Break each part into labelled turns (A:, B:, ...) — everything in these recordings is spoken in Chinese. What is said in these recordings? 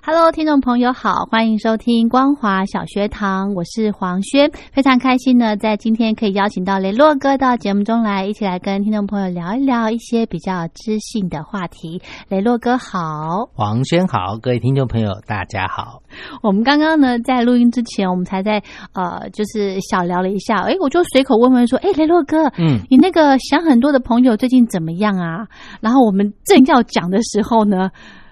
A: Hello，听众朋友好，欢迎收听光华小学堂，我是黄轩，非常开心呢，在今天可以邀请到雷洛哥到节目中来，一起来跟听众朋友聊一聊一些比较知性的话题。雷洛哥好，
B: 黄轩好，各位听众朋友，大家好。
A: 我们刚刚呢在录音之前，我们才在呃就是小聊了一下，诶，我就随口问问说，诶，雷洛哥，
B: 嗯，
A: 你那个想很多的朋友最近怎么样啊？然后我们正要讲的时候呢，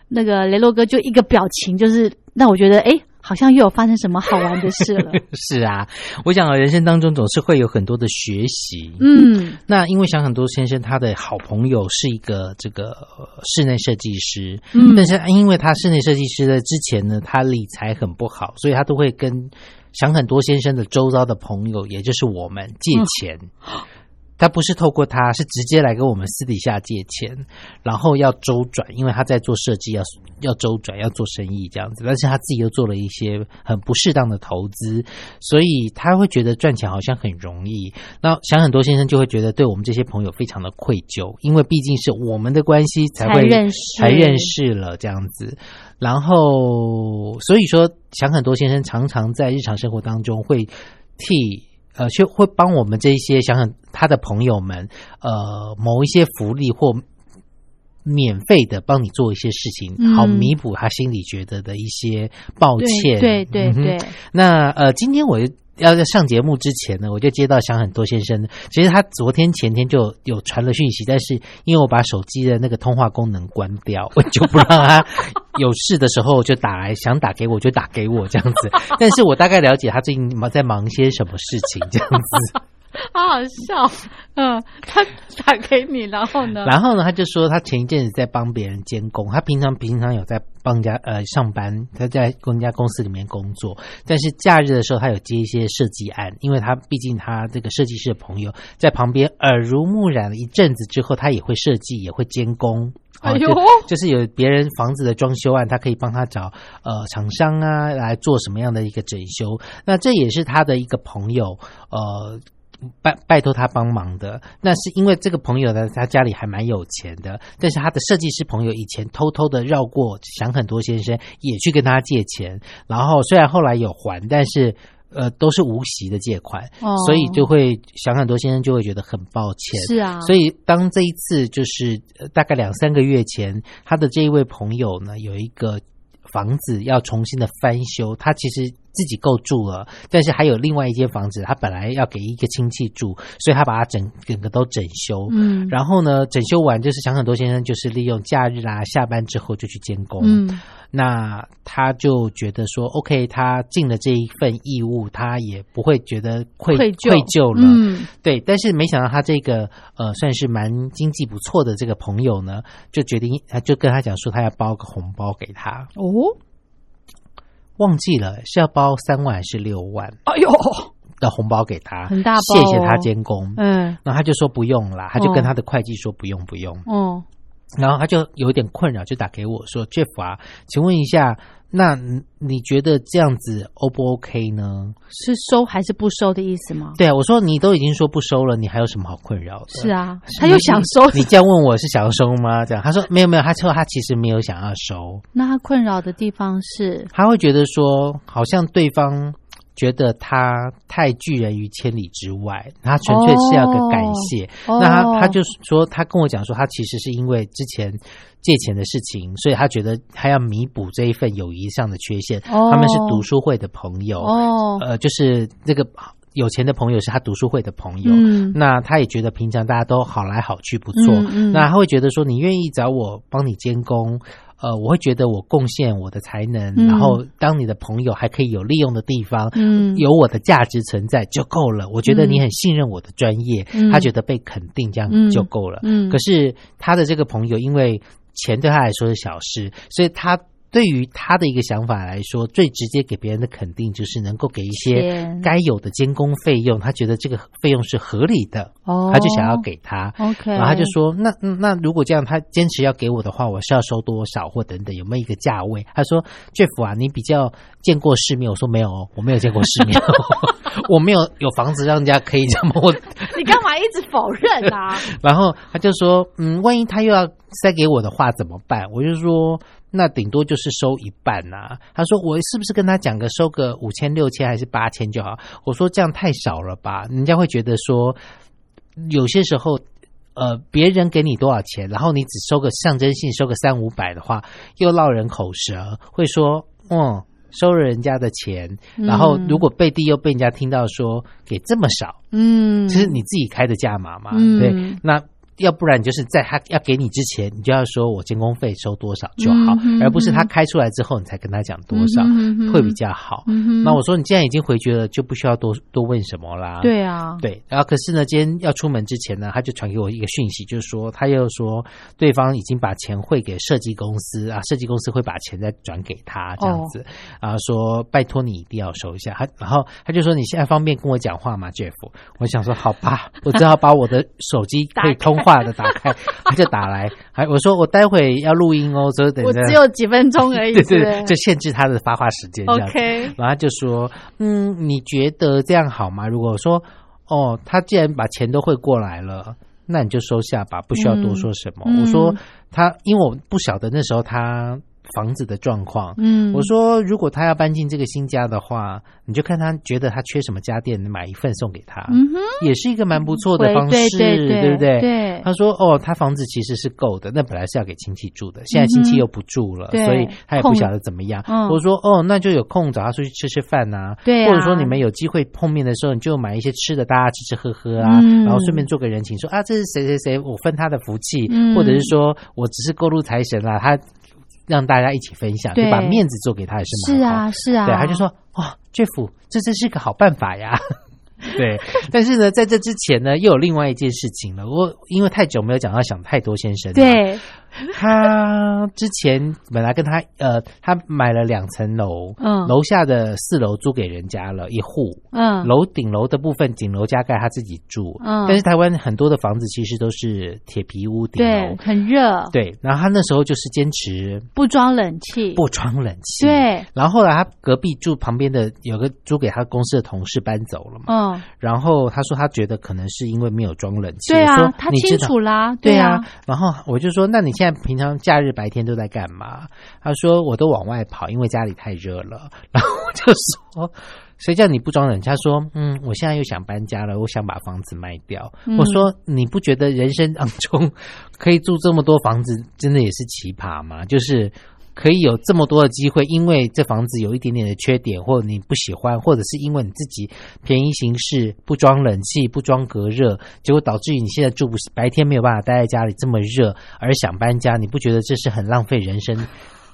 A: 那个雷洛哥就一个表情，就是让我觉得，哎，好像又有发生什么好玩的事 了。
B: 是啊，我想人生当中总是会有很多的学习。
A: 嗯，
B: 那因为想很多先生他的好朋友是一个这个呃室内设计师，
A: 嗯
B: 但是因为他室内设计师的之前呢，他理财很不好，所以他都会跟想很多先生的周遭的朋友，也就是我们借钱。 他不是透过他，是直接来跟我们私底下借钱，然后要周转，因为他在做设计要，要周转，要做生意这样子。但是他自己又做了一些很不适当的投资，所以他会觉得赚钱好像很容易。那想很多先生就会觉得对我们这些朋友非常的愧疚，因为毕竟是我们的关系才
A: 才
B: 会
A: 认识
B: 才认识了这样子。然后，所以说，想很多先生常常在日常生活当中会替呃，去会帮我们这一些想想他的朋友们，呃，某一些福利或免费的帮你做一些事情，
A: 嗯
B: 好弥补他心里觉得的一些抱
A: 对
B: 歉。
A: 对对
B: 嗯哼
A: 对，
B: 那呃，今天我要在上节目之前呢，我就接到想很多先生，其实他昨天前天就有传了讯息，但是因为我把手机的那个通话功能关掉， 我就不让他有事的时候就打来，想打给我就打给我这样子。但是我大概了解他最近忙在忙些什么事情这样子。
A: 好好笑。嗯，他打给你，然后呢
B: 然后呢，他就说他前一阵子在帮别人监工，他平常平常有在帮人家呃上班，他在跟人家公司里面工作，但是假日的时候他有接一些设计案，因为他毕竟他这个设计师的朋友在旁边耳濡目染了一阵子之后，他也会设计，也会监工。哦
A: 哎呦
B: 就，就是有别人房子的装修案，他可以帮他找呃厂商啊来做什么样的一个整修。那这也是他的一个朋友呃拜拜托他帮忙的。那是因为这个朋友呢，他家里还蛮有钱的，但是他的设计师朋友以前偷偷的绕过想很多先生，也去跟他借钱。然后虽然后来有还，但是。呃，都是无息的借款，
A: 哦
B: 所以就会想很多先生就会觉得很抱歉。
A: 是啊，
B: 所以当这一次就是、呃大概两三个月前，他的这一位朋友呢有一个房子要重新的翻修，他其实
C: 自己够住了，但是还有另外一间房子，他本来要给一个亲戚住，所以他把它整整个都整修。
D: 嗯，
C: 然后呢，整修完就是想很多先生就是利用假日啦、下班之后就去监工。
D: 嗯
C: 那他就觉得说，OK，他尽了这一份义务，他也不会觉得愧
D: 愧疚
C: 了。
D: 嗯
C: 对，但是没想到他这个呃，算是蛮经济不错的这个朋友呢，就决定他就跟他讲说，他要包个红包给他，
D: 哦，
C: 忘记了是要包三万还是六万
D: 哎呦，
C: 的红包给他，
D: 很大包
C: 谢谢他
D: 哦
C: 监工。
D: 嗯
C: 然后他就说不用啦，他就
D: 哦
C: 跟他的会计说不用不用。
D: 哦，
C: 然后他就有点困扰，就打给我说：“Jeff 啊，请问一下，那你你觉得这样子 O 不 OK 呢
D: 是收还是不收的意思吗？”？
C: 对啊，我说你都已经说不收了，你还有什么好困扰的？
D: 是啊，
C: 是
D: 他又想收，
C: 你这样问我是想要收吗？这样他说没有没有，他说他其实没有想要收，
D: 那他困扰的地方是，
C: 他会觉得说好像对方觉得他太拒人于千里之外，他纯粹是要个感谢。
D: 哦、
C: 那他他就说，他跟我讲说，他其实是因为之前借钱的事情，所以他觉得他要弥补这一份友谊上的缺陷。
D: 哦
C: 他们是读书会的朋友，
D: 哦，
C: 呃，就是那个有钱的朋友是他读书会的朋友。
D: 嗯
C: 那他也觉得平常大家都好来好去不错，
D: 嗯嗯
C: 那他会觉得说你愿意找我帮你监工，呃，我会觉得我贡献我的才能，
D: 嗯
C: 然后当你的朋友还可以有利用的地方，
D: 嗯
C: 有我的价值存在就够了。我觉得
D: 嗯
C: 你很信任我的专业，
D: 嗯
C: 他觉得被肯定这样
D: 嗯
C: 就够了。
D: 嗯，
C: 可
D: 是
C: 是他的这个朋友，因为钱对他来说是小事，所以他对于他的一个想法来说，最直接给别人的肯定就是能够给一些
D: 钱
C: 该有的监工费用，他觉得这个费用是合理的，
D: 哦，
C: 他就想要给他。
D: ，OK，
C: 然后他就说：“那嗯那如果这样，他坚持要给我的话，我是要收多少或等等，有没有一个价位？”他说：“Jeff 啊，你比较见过世面。”我说：“没有哦，我没有见过世面哦，我没有有房子让人家可以这么。我
D: 你干嘛一直否认啊？”
C: 然后他就说：“嗯，万一他又要塞给我的话怎么办？”我就说：“那顶多就是收一半啊。”他说：“我是不是跟他讲个收个五千、六千还是八千就好？”我说：“这样太少了吧，人家会觉得说。”有些时候，呃，别人给你多少钱，然后你只收个象征性收个三五百的话，又落人口舌，会说，嗯，收了人家的钱，
D: 嗯
C: 然后如果背地又被人家听到说给这么少，
D: 嗯，
C: 这是你自己开的价码嘛，
D: 嗯
C: 对，那。要不然就是在他要给你之前，你就要说我监工费收多少就好，
D: 嗯哼
C: 而不是他开出来之后你才跟他讲多少，
D: 嗯哼嗯哼
C: 会比较好。
D: 嗯哼，
C: 那我说你既然已经回绝了，就不需要多多问什么啦。
D: 对啊，
C: 对，然后可是呢，今天要出门之前呢，他就传给我一个讯息，就是说他又说对方已经把钱汇给设计公司啊，设计公司会把钱再转给他这
D: 哦
C: 样子，然后说拜托你一定要收一下。他然后他就说你现在方便跟我讲话吗，Jeff？我想说好 吧，我只好把我的手机可以通话的打开，他就打来，还我说我待会要录音哦，所以等一
D: 我
C: 下
D: 只有几分钟而已，
C: 对
D: 是
C: 对
D: 不
C: 对，
D: 是
C: 就限制他的发话时间这样子。
D: OK，
C: 然后他就说：“嗯，你觉得这样好吗？”如果我说：“哦，他既然把钱都汇过来了，那你就收下吧，不需要多说什么。
D: 嗯嗯
C: 我说：“他因为我不晓得那时候他房子的状况。
D: 嗯，
C: 我说：“如果他要搬进这个新家的话，你就看他觉得他缺什么家电，你买一份送给他，
D: 嗯哼，
C: 也是一个蛮不错的
D: 喂
C: 方式，
D: 对对
C: 不对？”
D: 对，
C: 他说：“哦，他房子其实是够的，那本来是要给亲戚住的，现在亲戚又不住了，
D: 嗯对
C: 所以他也不
D: 空
C: 晓得怎么样。
D: 嗯
C: 我说：哦，那就有空找他出去吃吃饭呐、
D: 对啊
C: 或者说你们有机会碰面的时候，你就买一些吃的，大家吃吃喝喝啊，
D: 嗯
C: 然后顺便做个人情，说啊，这是谁谁谁，我分他的福气，
D: 嗯
C: 或者是说我只是过路财神啦、他让大家一起分享，就
D: 对
C: 把面子做给他也是蛮
D: 是
C: 好的
D: 啊是啊，
C: 对，他就说哇，Jeff，这真是个好办法呀。 对，但是呢，在这之前呢，又有另外一件事情了。我因为太久没有讲到想太多先生，，
D: 对，
C: 他之前本来跟他呃，他买了两层楼，
D: 嗯
C: 楼下的四楼租给人家了一户，
D: 嗯，
C: 楼顶楼的部分顶楼加盖他自己住，
D: 嗯
C: 但是台湾很多的房子其实都是铁皮屋顶
D: 对
C: 楼，，
D: 很热，
C: 哦对，然后他那时候就是坚持
D: 不装冷气，
C: 不装冷气，
D: 对，
C: 然后后来他隔壁住旁边的有个租给他公司的同事搬走了嘛，
D: 嗯，
C: 然后他说他觉得可能是因为没有装冷气，
D: 对
C: 我
D: 啊
C: 说，
D: 他
C: 你
D: 清
C: 知道
D: 楚啦，
C: 对
D: 啊，
C: 然后我就说那你现在平常假日白天都在干嘛？他说我都往外跑，因为家里太热了。然后 我就说谁叫你不装冷气？他说嗯，我现在又想搬家了，我想把房子卖掉。
D: 嗯
C: 我说你不觉得人生当中可以住这么多房子真的也是奇葩吗？就是。可以有这么多的机会，因为这房子有一点点的缺点，或者你不喜欢，或者是因为你自己便宜行事，不装冷气、不装隔热，结果导致于你现在住不白天没有办法待在家里这么热，而想搬家，你不觉得这是很浪费人生、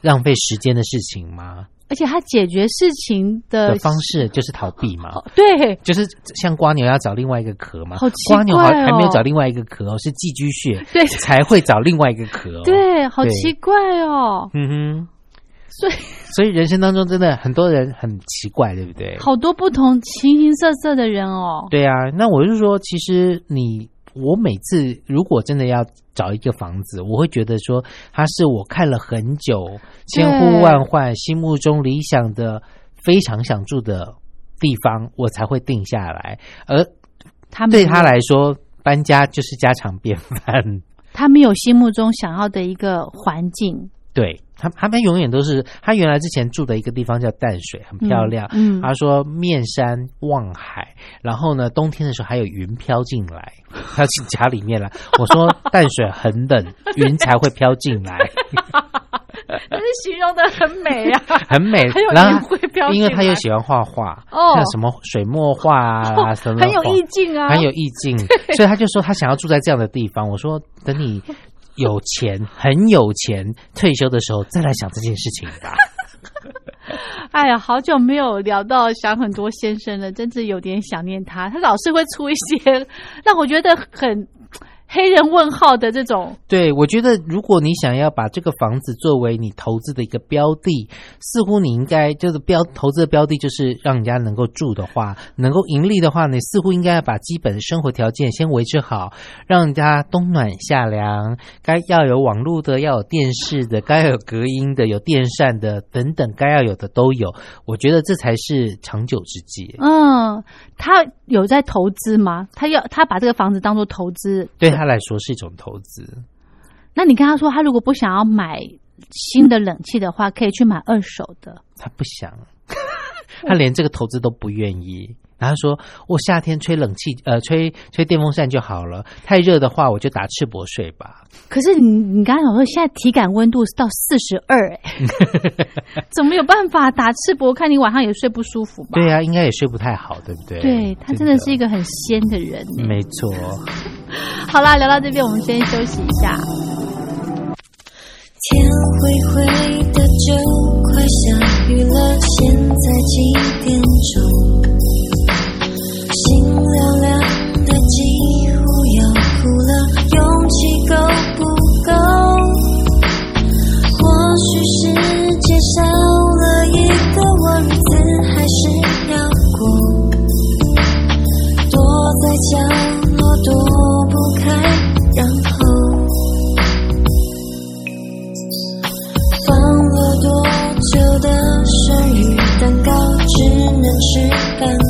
C: 浪费时间的事情吗？
A: 而且他解决事情的
C: 的方式哦就是逃避嘛。
A: 对，
C: 就是像瓜牛要找另外一个壳嘛，
A: 好奇怪哦
C: 瓜牛好还没有找另外一个壳哦，是寄居蟹，
A: 对
C: 才会找另外一个壳、哦，
A: 对，好
C: 对
A: 奇怪哦。
C: 嗯哼，
A: 所以
C: 所以人生当中真的很多人很奇怪，对不对？
A: 好多不同形形色色的人哦。
C: 对啊，那我就说，其实你我每次如果真的要找一个房子，我会觉得说它是我看了很久，千呼万唤，心目中理想的非常想住的地方，我才会定下来。而
A: 他没
C: 对
A: 有
C: 他来说，搬家就是家常便饭。
A: 他没有心目中想要的一个环境，
C: 对他，他们永远都是他原来之前住的一个地方叫淡水，很漂亮。
A: 嗯嗯
C: 他说面山望海，然后呢，冬天的时候还有云飘进来， 飘进家里面来。我 说淡水很冷，云才会飘进来，
A: 但是形容的很美啊。
C: 很美
A: 还有。
C: 然
A: 云
C: 后
A: 会飘
C: 因为
A: 进
C: 他又
A: 来
C: 喜欢画画，
A: 哦
C: 像什么水墨画啊，什么哦
A: 很有
C: 画
A: 意境啊，
C: 很有意境，所以他就说他想要住在这样的地方。我说等你有钱，很有钱，退休的时候再来想这件事情吧。
A: 哎呀，好久没有聊到想很多先生了，真是有点想念他。他老是会出一些 让我觉得很黑人问号的这种，
C: 对，我觉得如果你想要把这个房子作为你投资的一个标的，似乎你应该就是标投资的标的，就是让人家能够住的话，能够盈利的话，你似乎应该要把基本生活条件先维持好，让人家冬暖夏凉，该要有网络的，要有电视的，该要有隔音的，有电扇的等等，该要有的都有。我觉得这才是长久之计。
A: 嗯，他有在投资吗？他要他把这个房子当做投资，
C: 对他来说是一种投资，
A: 那你跟他说，他如果不想要买新的冷气的话，可以去买二手的。
C: 他不想， 他连这个投资都不愿意。然后说，我夏天吹冷气，呃，吹吹电风扇就好了。太热的话，我就打赤膊睡吧。
A: 可是你你刚才讲说，现在体感温度是到四十二，哎，怎么有办法打赤膊？我看你晚上也睡不舒服吧？
C: 对啊，应该也睡不太好，对不对？
A: 对他真的是一个很仙的人呢。
C: 没错。
A: 好啦，聊到这边，我们先休息一下。
E: 天灰灰的，就快下雨了。现在几点钟？心凉凉的，几乎要哭了。勇气够不够？或许世界少了一个我，日子还是要过。躲在角落，躲不开，然后。放了多久的生日蛋糕，只能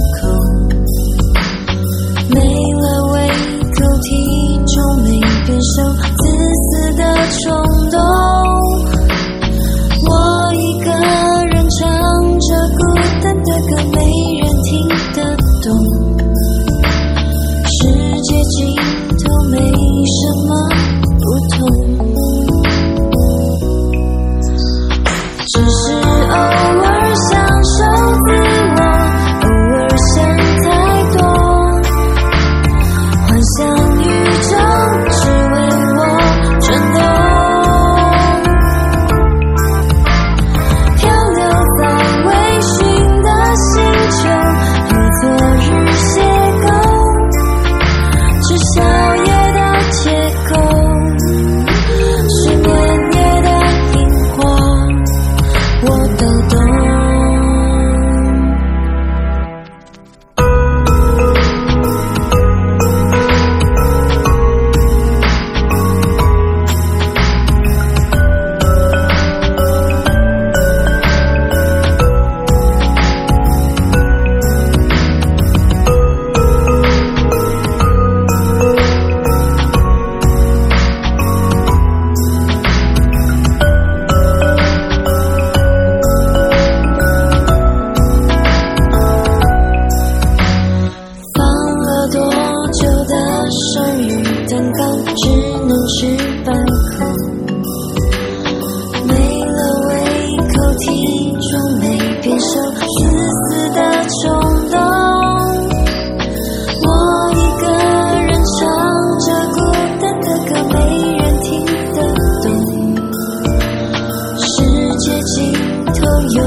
E: 有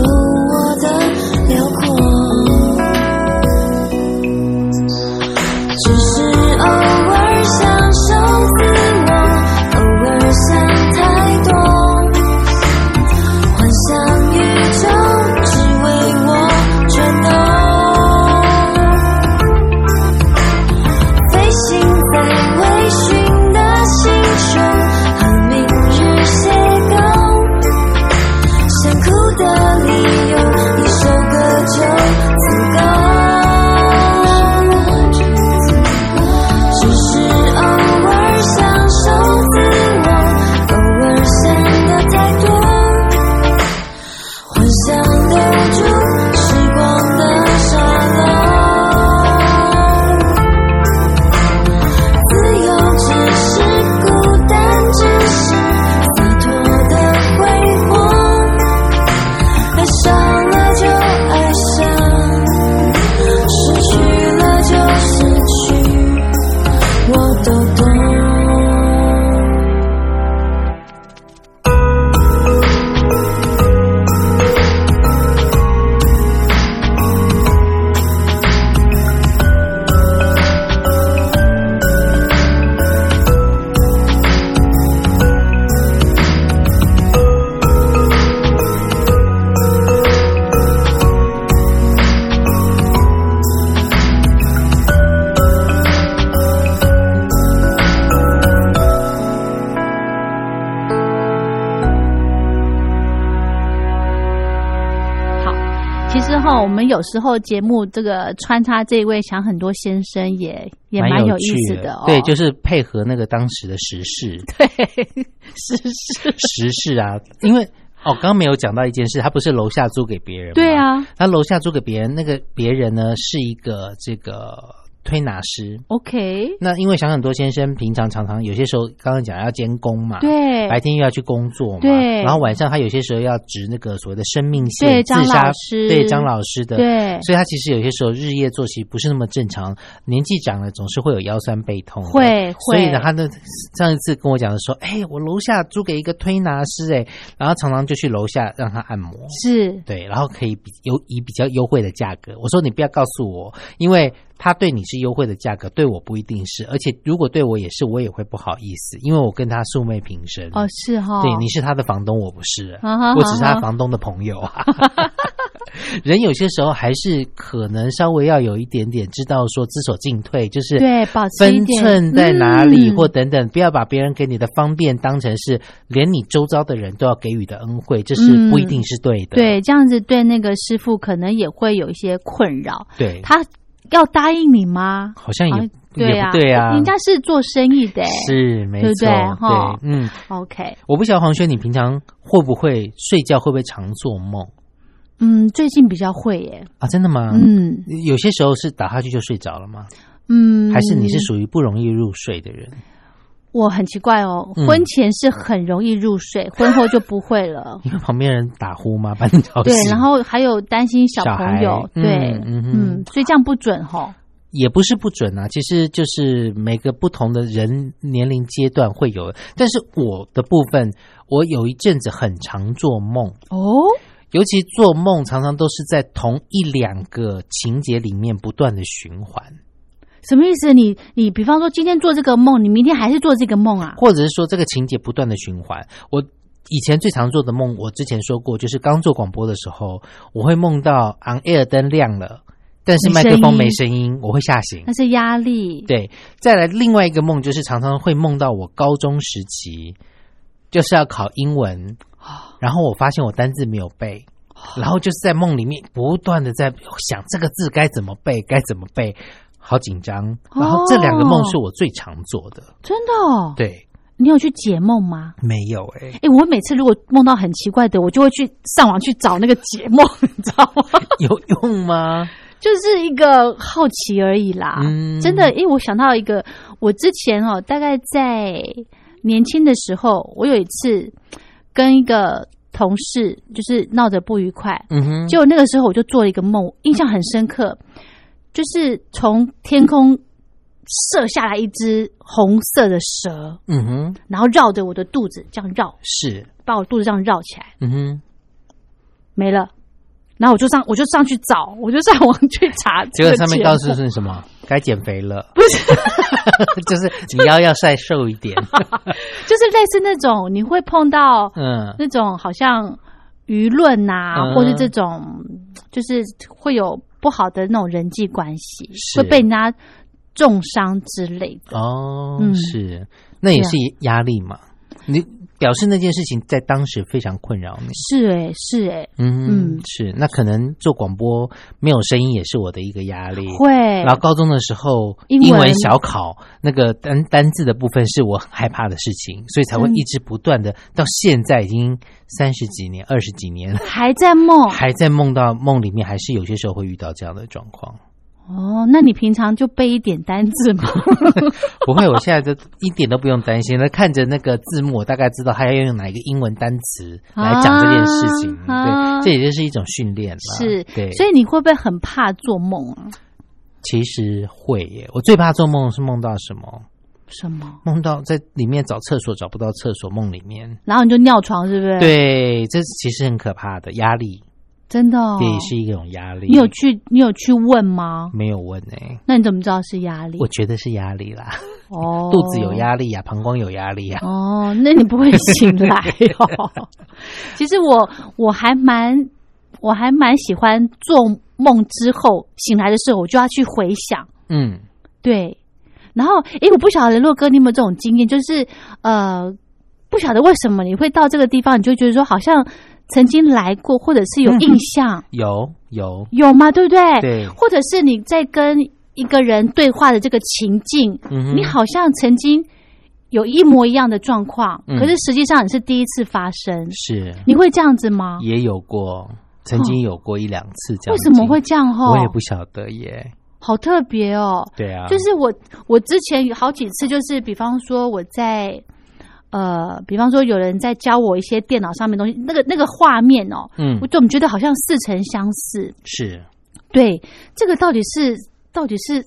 E: 我的辽阔。只是偶尔享受自我，偶尔想太多，幻想宇宙只为我转动。飞行在微醺的星球，和明日邂逅，想哭的理由，一首歌就足够。只是偶尔享受自我，偶尔想的太多，幻想留住时光的沙漏。自由只是孤单，只是洒脱的挥霍，爱上了就爱上，失去了就失去。我都懂。
A: 好，其实哈，我们有时候节目这个穿插这一位想很多先生也也蛮有
C: 有
A: 意
C: 趣
A: 思的哦。
C: 对，就是配合那个当时的时事，
A: 对， 是是，
C: 时事啊，因为哦，刚刚没有讲到一件事，他不是楼下租给别人吗？
A: 对，啊
C: 他楼下租给别人，那个别人呢是一个这个推拿师。
A: ，OK，
C: 那因为想很多先生平常常常有些时候，刚刚讲要兼工嘛，，
A: 对，
C: 白天又要去工作嘛，
A: 对
C: 然后晚上他有些时候要值那个所谓的生命线，
A: 对张
C: 自杀
A: 老师
C: 对张老师的，
A: 对
C: 所以他其实有些时候日夜作息不是那么正常，年纪长了总是会有腰酸背痛的，
A: 会
C: 所以呢，
A: 会
C: 他那上一次跟我讲的说，哎，我楼下租给一个推拿师，哎，然后常常就去楼下让他按摩，
A: 是
C: 对，然后可以比有以比较优惠的价格。我说你不要告诉我，因为他对你是优惠的价格，对我不一定是，而且如果对我也是，我也会不好意思，因为我跟他素昧平生。
A: 哦，是哈、
C: 对，你是他的房东，我不是，
A: 啊哈
C: 我只是
A: 啊
C: 他
A: 哈
C: 房东的朋友啊。 人有些时候还是可能稍微要有一点点知道说知所进退，就是
A: 对保持一
C: 分
A: 点
C: 寸在哪里、
A: 嗯
C: 或等等，不要把别人给你的方便当成是连你周遭的人都要给予的恩惠，这是不一定是对的。
A: 嗯对，这样子对那个师傅可能也会有一些困扰，
C: 对，
A: 他要答应你吗？
C: 好像也、
A: 啊
C: 也
A: 啊，
C: 不对啊，
A: 人家是做生意的欸、
C: 是没
A: 对不
C: 错，
A: 对哈
C: 嗯，
A: OK，
C: 我不晓得黄轩，你平常会不会睡觉，会不会常做梦
A: 嗯，最近比较会耶、
C: 啊？真的吗？。
A: 嗯
C: 有些时候是打下去就睡着了吗？
A: 嗯，
C: 还是你是属于不容易入睡的人？
A: 我很奇怪哦，
C: 嗯。
A: 婚前是很容易入睡，婚后就不会了
C: 因为旁边人打呼吗？ 把你吵醒？
A: 对，然后还有担心小朋友，
C: 小孩
A: 对，
C: 嗯嗯哼
A: 嗯，所以这样不准吼。
C: 也不是不准啊，其实就是每个不同的人年龄阶段会有。但是我的部分，我有一阵子很常做梦，
A: 哦，
C: 尤其做梦常常都是在同一两个情节里面不断的循环，
A: 什么意思？你你比方说今天做这个梦，你明天还是做这个梦啊？
C: 或者是说这个情节不断的循环。我以前最常做的梦，我之前说过，就是刚做广播的时候，我会梦到 on air 灯亮了，但是麦克风没
A: 没
C: 声音，我会吓醒
A: 那。是压力。
C: 对，再来另外一个梦，就是常常会梦到我高中时期，就是要考英文，
A: 啊
C: 然后我发现我单字没有背，然后就是在梦里面不断的在想这个字该怎么背，该怎么背，好紧张。然后这两个梦是我最常做的，
A: 真的哦，
C: 对，
A: 你有去解梦吗？
C: 没有哎、
A: 哎、我每次如果梦到很奇怪的，我就会去上网去找那个解梦， 你知道吗？
C: 有用吗？
A: 就是一个好奇而已啦。
C: 嗯
A: 真的，因为我想到一个，我之前哦，大概在年轻的时候，我有一次跟一个同事就是闹得不愉快，
C: 嗯哼，
A: 结果那个时候我就做了一个梦，印象很深刻，就是从天空射下来一只红色的蛇，
C: 嗯哼
A: 然后绕着我的肚子这样绕，
C: 是，
A: 把我肚子这样绕起来。
C: 嗯哼，
A: 没了。然后我就上，我就上去找，我就上网去查这
C: 结
A: 个
C: 果
A: 节目。
C: 上面告诉是什么？ 该减肥了，
A: 不是，
C: 就是你要要晒瘦一点。
A: 就是类似那种你会碰到
C: 嗯，
A: 那种好像舆论呐、
C: 嗯
A: 或是这种就是会有不好的那种人际关系，
C: 是
A: 会被人家重伤之类的。
C: 哦，
A: 嗯啊
C: 是，那也
A: 对啊
C: 是压力嘛。你表示那件事情在当时非常困扰你。
A: 是哎、是哎、
C: 嗯
A: 嗯，
C: 是，那可能做广播没有声音也是我的一个压力。
A: 会
C: 嗯然后高中的时候，
A: 英
C: 英
A: 文
C: 文小考那个单单字的部分是我很害怕的事情，所以才会
A: 真
C: 一直不断的到现在已经三十几年、二十几年了，
A: 还在梦
C: 还在梦到梦里面，还是有些时候会遇到这样的状况。
A: 哦，那你平常就背一点单字 吗？
C: 不会，我现在都一点都不用担心了。看着那个字幕，我大概知道他要用哪一个英文单词来讲这件事情。
A: 啊
C: 对，这也就是一种训练了。
A: 是，
C: 啊对，
A: 所以你会不会很怕做梦啊？
C: 其实会耶。我最怕做梦是梦到什么？
A: 什么？
C: 梦到在里面找厕所找不到厕所，梦里面。
A: 然后你就尿床，是不是？，
C: 对，这其实很可怕的压力，
A: 真的、哦。
C: 这也是一种压力。
A: 你有去，你有去问吗？
C: 没有问诶？
A: 那你怎么知道是压力？
C: 我觉得是压力啦，
A: 哦，
C: 肚子有压力呀、膀胱有压力呀、
A: 哦，那你不会醒来哦。其实我我还蛮我还蛮喜欢做梦之后醒来的时候，我就要去回想
C: 嗯，
A: 对。然后，诶，我不晓得洛哥你有没有这种经验，就是呃，不晓得为什么你会到这个地方，你就觉得说好像曾经来过，或者是有印象，
C: 有有，
A: 有吗？对不对？
C: 对
A: 或者是你在跟一个人对话的这个情境，
C: 嗯哼
A: 你好像曾经有一模一样的状况，
C: 嗯
A: 可是实际上你是第一次发生，
C: 是
A: 你会这样子吗？
C: 也有过，曾经有过一两次这
A: 嗯
C: 样。
A: 为什么会？这样？哦，
C: 我也不晓得耶。
A: 好特别哦。
C: 对啊，
A: 就是我，我之前有好几次，就是比方说我在，呃，比方说有人在教我一些电脑上面的东西，那个那个画面哦，
C: 嗯
A: 我，总觉得好像似曾相识。
C: 是
A: 对，这个到底是到底是，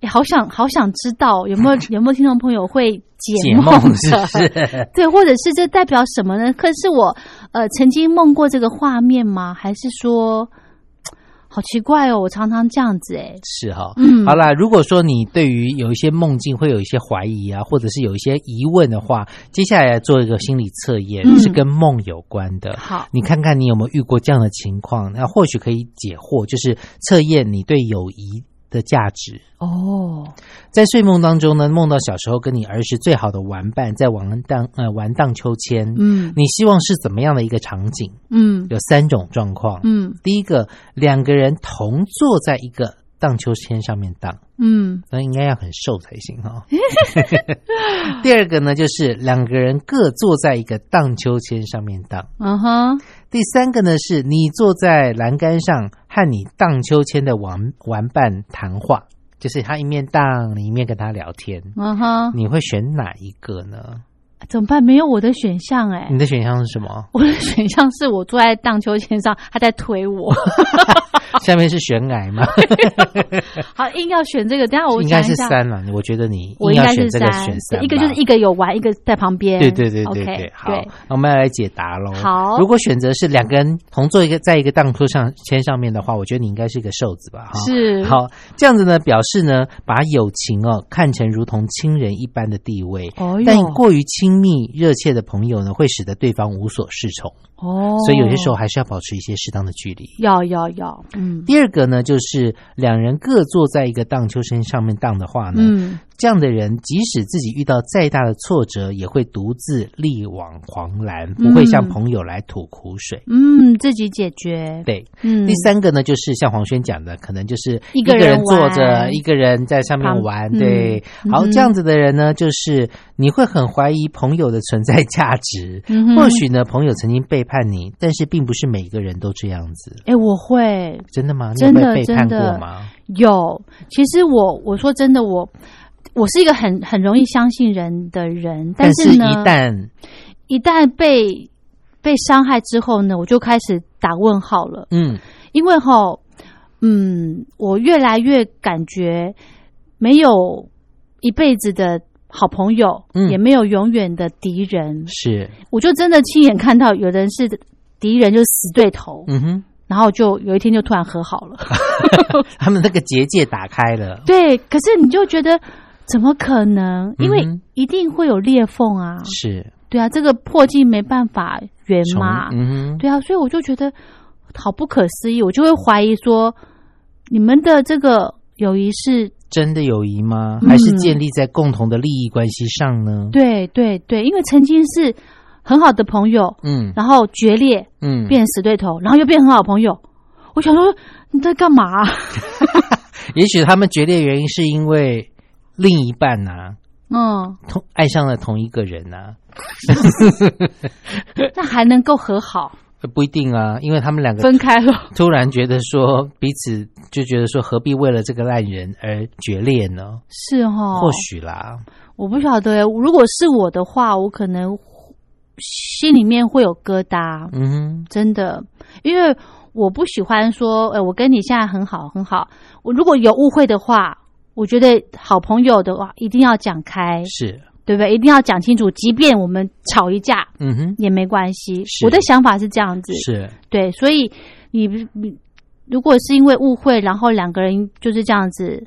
A: 哎好想好想知道有没 有有没有听众朋友会解
C: 解
A: 梦
C: 梦是
A: 的？
C: 不是？
A: 对，或者是这代表什么呢？可是我呃曾经梦过这个画面吗？还是说好奇怪哦？我常常这样子哎、
C: 是哈、
A: 嗯
C: 好啦，如果说你对于有一些梦境会有一些怀疑啊，或者是有一些疑问的话，接下来做一个心理测验，
A: 嗯
C: 是跟梦有关的。
A: 好，
C: 你看看你有没有遇过这样的情况，那或许可以解惑，就是测验你对友谊的价值。
A: 哦，
C: 在睡梦当中呢，梦到小时候跟你儿时最好的玩伴在玩荡呃玩荡秋千，
A: 嗯
C: 你希望是怎么样的一个场景？
A: 嗯
C: 有三种状况。
A: 嗯
C: 第一个，两个人同坐在一个荡秋千上面荡，
A: 嗯，
C: 那应该要很瘦才行哈、 哦。第二个呢，就是两个人各坐在一个荡秋千上面荡。
A: 嗯哼，
C: 第三个呢，是你坐在栏杆上和你荡秋千的玩玩伴谈话，就是他一面荡，你一面跟他聊天。
A: 嗯哼，
C: 你会选哪一个呢？
A: 怎么办？没有我的选项哎、？
C: 你的选项是什么
A: 我的选项是我坐在荡秋千上，他在推我， 哦
C: 下面是悬崖吗？
A: 好硬要选这个。等一下 我
C: 应
A: 想
C: 该
A: 一
C: 是
A: 下，
C: 三了。我觉得你
A: 我
C: 硬
A: 应
C: 要
A: 该
C: 选
A: 是
C: 这个选三吧，
A: 一个就是一个有玩，一个在旁边。
C: 对对对对
A: OK，
C: 对，好，那我们要来解答喽。
A: 好
C: 如果选择是两个人同坐一个在一个荡秋上签上面的话，我觉得你应该是一个瘦子吧？哈，
A: 是
C: 好，这样子呢，表示呢，把友情哦看成如同亲人一般的地位。
A: 哦
C: 但过于亲密热切的朋友呢，会使得对方无所适从，
A: 哦，
C: 所以有些时候还是要保持一些适当的距离。
A: 要要要，嗯
C: 第二个呢，就是两人各坐在一个荡秋千上面荡的话呢，
A: 嗯，
C: 这样的人，即使自己遇到再大的挫折，也会独自力挽狂澜，不会向朋友来吐苦水。
A: 嗯，自己解决。
C: 对，
A: 嗯，
C: 第三个呢，就是像黄轩讲的，可能就是
A: 一个
C: 个
A: 人
C: 人坐着，
A: 玩
C: 一个人在上面玩。
A: 旁
C: 对，
A: 嗯
C: 好，
A: 嗯
C: 这样子的人呢，就是你会很怀疑朋友的存在价值。
A: 嗯哼
C: 或许呢，朋友曾经背叛你，但是并不是每个人都这样子。
A: 哎、我会
C: 真的吗？你有被
A: 真的
C: 背
A: 真
C: 叛过
A: 的
C: 吗？
A: 有。其实我我说真的，我我是一个很很容易相信人的人，但
C: 是，
A: 呢，
C: 一旦
A: 一旦被被伤害之后呢，我就开始打问号了，
C: 嗯
A: 因为哈，嗯，我越来越感觉没有一辈子的好朋友，
C: 嗯
A: 也没有永远的敌人，
C: 是
A: 我就真的亲眼看到有人是敌人就是死对头，
C: 嗯哼，
A: 然后就有一天就突然和好 了。
C: 他们那个结界打开了，
A: 对，可是你就觉得怎么可能？因为
C: 嗯哼
A: 一定会有裂缝啊，
C: 是
A: 对啊，这个破镜没办法圆
C: 从
A: 嘛，
C: 嗯哼，
A: 对啊，所以我就觉得好不可思议，我就会怀疑说你们的这个友谊是
C: 真的友谊吗？
A: 嗯
C: 还是建立在共同的利益关系上呢？
A: 对对对，因为曾经是很好的朋友，
C: 嗯
A: 然后决裂
C: 嗯，
A: 变成死对头，然后又变很好的朋友。我想说你在干嘛、啊
C: 也许他们决裂原因是因为另一半呐、
A: 嗯，
C: 同爱上了同一个人啊呐、
A: 那还能够和好？
C: 呃不一定啊，因为他们两个
A: 分开了，
C: 突然觉得说彼此就觉得说何必为了这个烂人而决裂呢？
A: 是哦。
C: 或许啦，
A: 我不晓得，欸如果是我的话，我可能心里面会有疙瘩，
C: 嗯哼，
A: 真的，因为我不喜欢说，呃，我跟你现在很好很好。我如果有误会的话，我觉得好朋友的话一定要讲开，
C: 是，
A: 对不对？一定要讲清楚，即便我们吵一架
C: 嗯哼，
A: 也没关系。
C: 是
A: 我的想法是这样子，
C: 是，
A: 对，所以你你如果是因为误会，然后两个人就是这样子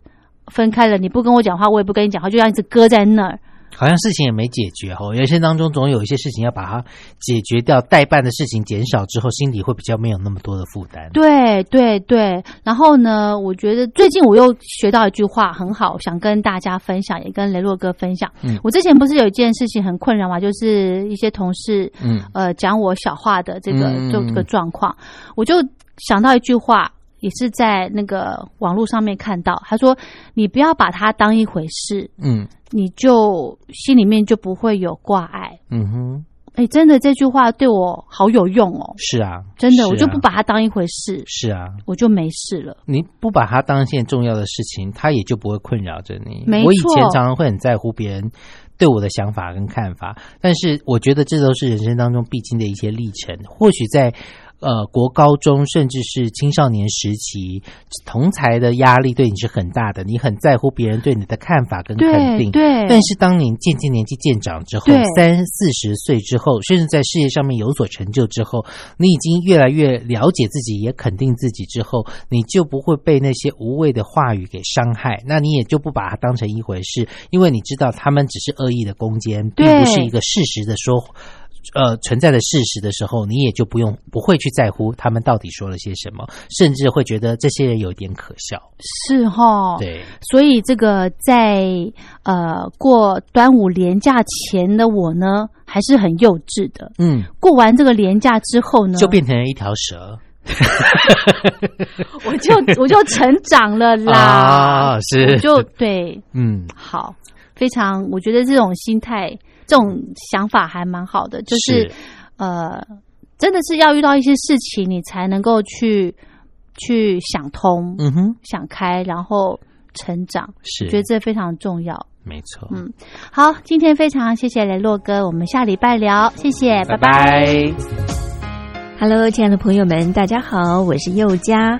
A: 分开了，你不跟我讲话，我也不跟你讲话，就这样子搁在那儿。
C: 好像事情也没解决哦。人生当中总有一些事情要把它解决掉，代办的事情减少之后，心里会比较没有那么多的负担。
A: 对对对，然后呢，我觉得最近我又学到一句话很好，想跟大家分享，也跟雷洛哥分享。
C: 嗯
A: 我之前不是有一件事情很困扰嘛，就是一些同事
C: 嗯
A: 呃讲我小话的这个
C: 嗯
A: 这个状况，我就想到一句话，也是在那个网络上面看到，他说你不要把它当一回事，
C: 嗯
A: 你就心里面就不会有挂碍。
C: 嗯哼，
A: 哎，真的这句话对我好有用哦，
C: 是啊，
A: 真的，
C: 是
A: 我就
C: 啊
A: 不把它当一回事，
C: 是啊，
A: 我就没事了。
C: 你不把它当一件重要的事情，它也就不会困扰着你。
A: 没错
C: 我以前常常会很在乎别人对我的想法跟看法，但是我觉得这都是人生当中必经的一些历程。或许在呃国高中甚至是青少年时期，同才的压力对你是很大的，你很在乎别人对你的看法跟肯
A: 对
C: 定。
A: 对，
C: 但是当你渐渐年纪渐长之后
A: 对，
C: 三四十岁之后，甚至在事业上面有所成就之后，你已经越来越了解自己，也肯定自己之后，你就不会被那些无谓的话语给伤害，那你也就不把它当成一回事，因为你知道他们只是恶意的攻坚，并
A: 对
C: 不是一个事实的说。呃，存在的事实的时候，你也就不用不会去在乎他们到底说了些什么，甚至会觉得这些人有点可笑。
A: 是哈，
C: 对，
A: 所以这个在呃过端午连假前的我呢，还是很幼稚的。
C: 嗯，
A: 过完这个连假之后呢，
C: 就变成了一条蛇
A: 我就 我就成长了啦，
C: 啊，是
A: 我就对
C: 嗯，
A: 好，非常我觉得这种心态、这种想法还蛮好的，就是呃，真的是要遇到一些事情，你才能够去去想通、
C: 嗯哼，
A: 想开，然后成长，
C: 是，
A: 我觉得这非常重要。
C: 没错，
A: 嗯好，今天非常谢谢雷洛哥，我们下礼拜聊，谢谢，拜拜
F: Hello，亲爱的朋友们，大家好，我是佑佳。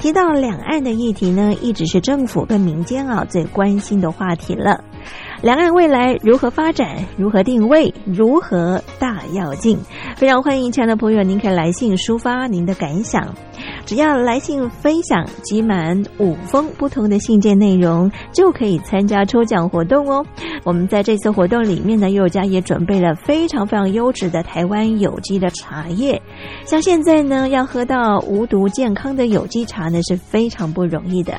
F: 提到两岸的议题呢，一直是政府跟民间啊最关心的话题了。两岸未来如何发展、如何定位、如何大要进，非常欢迎亲爱的朋友，您可以来信抒发您的感想。只要来信分享集满五封不同的信件内容，就可以参加抽奖活动哦。我们在这次活动里面呢，佑家也准备了非常非常优质的台湾有机的茶叶，像现在呢，要喝到无毒健康的有机茶呢是非常不容易的。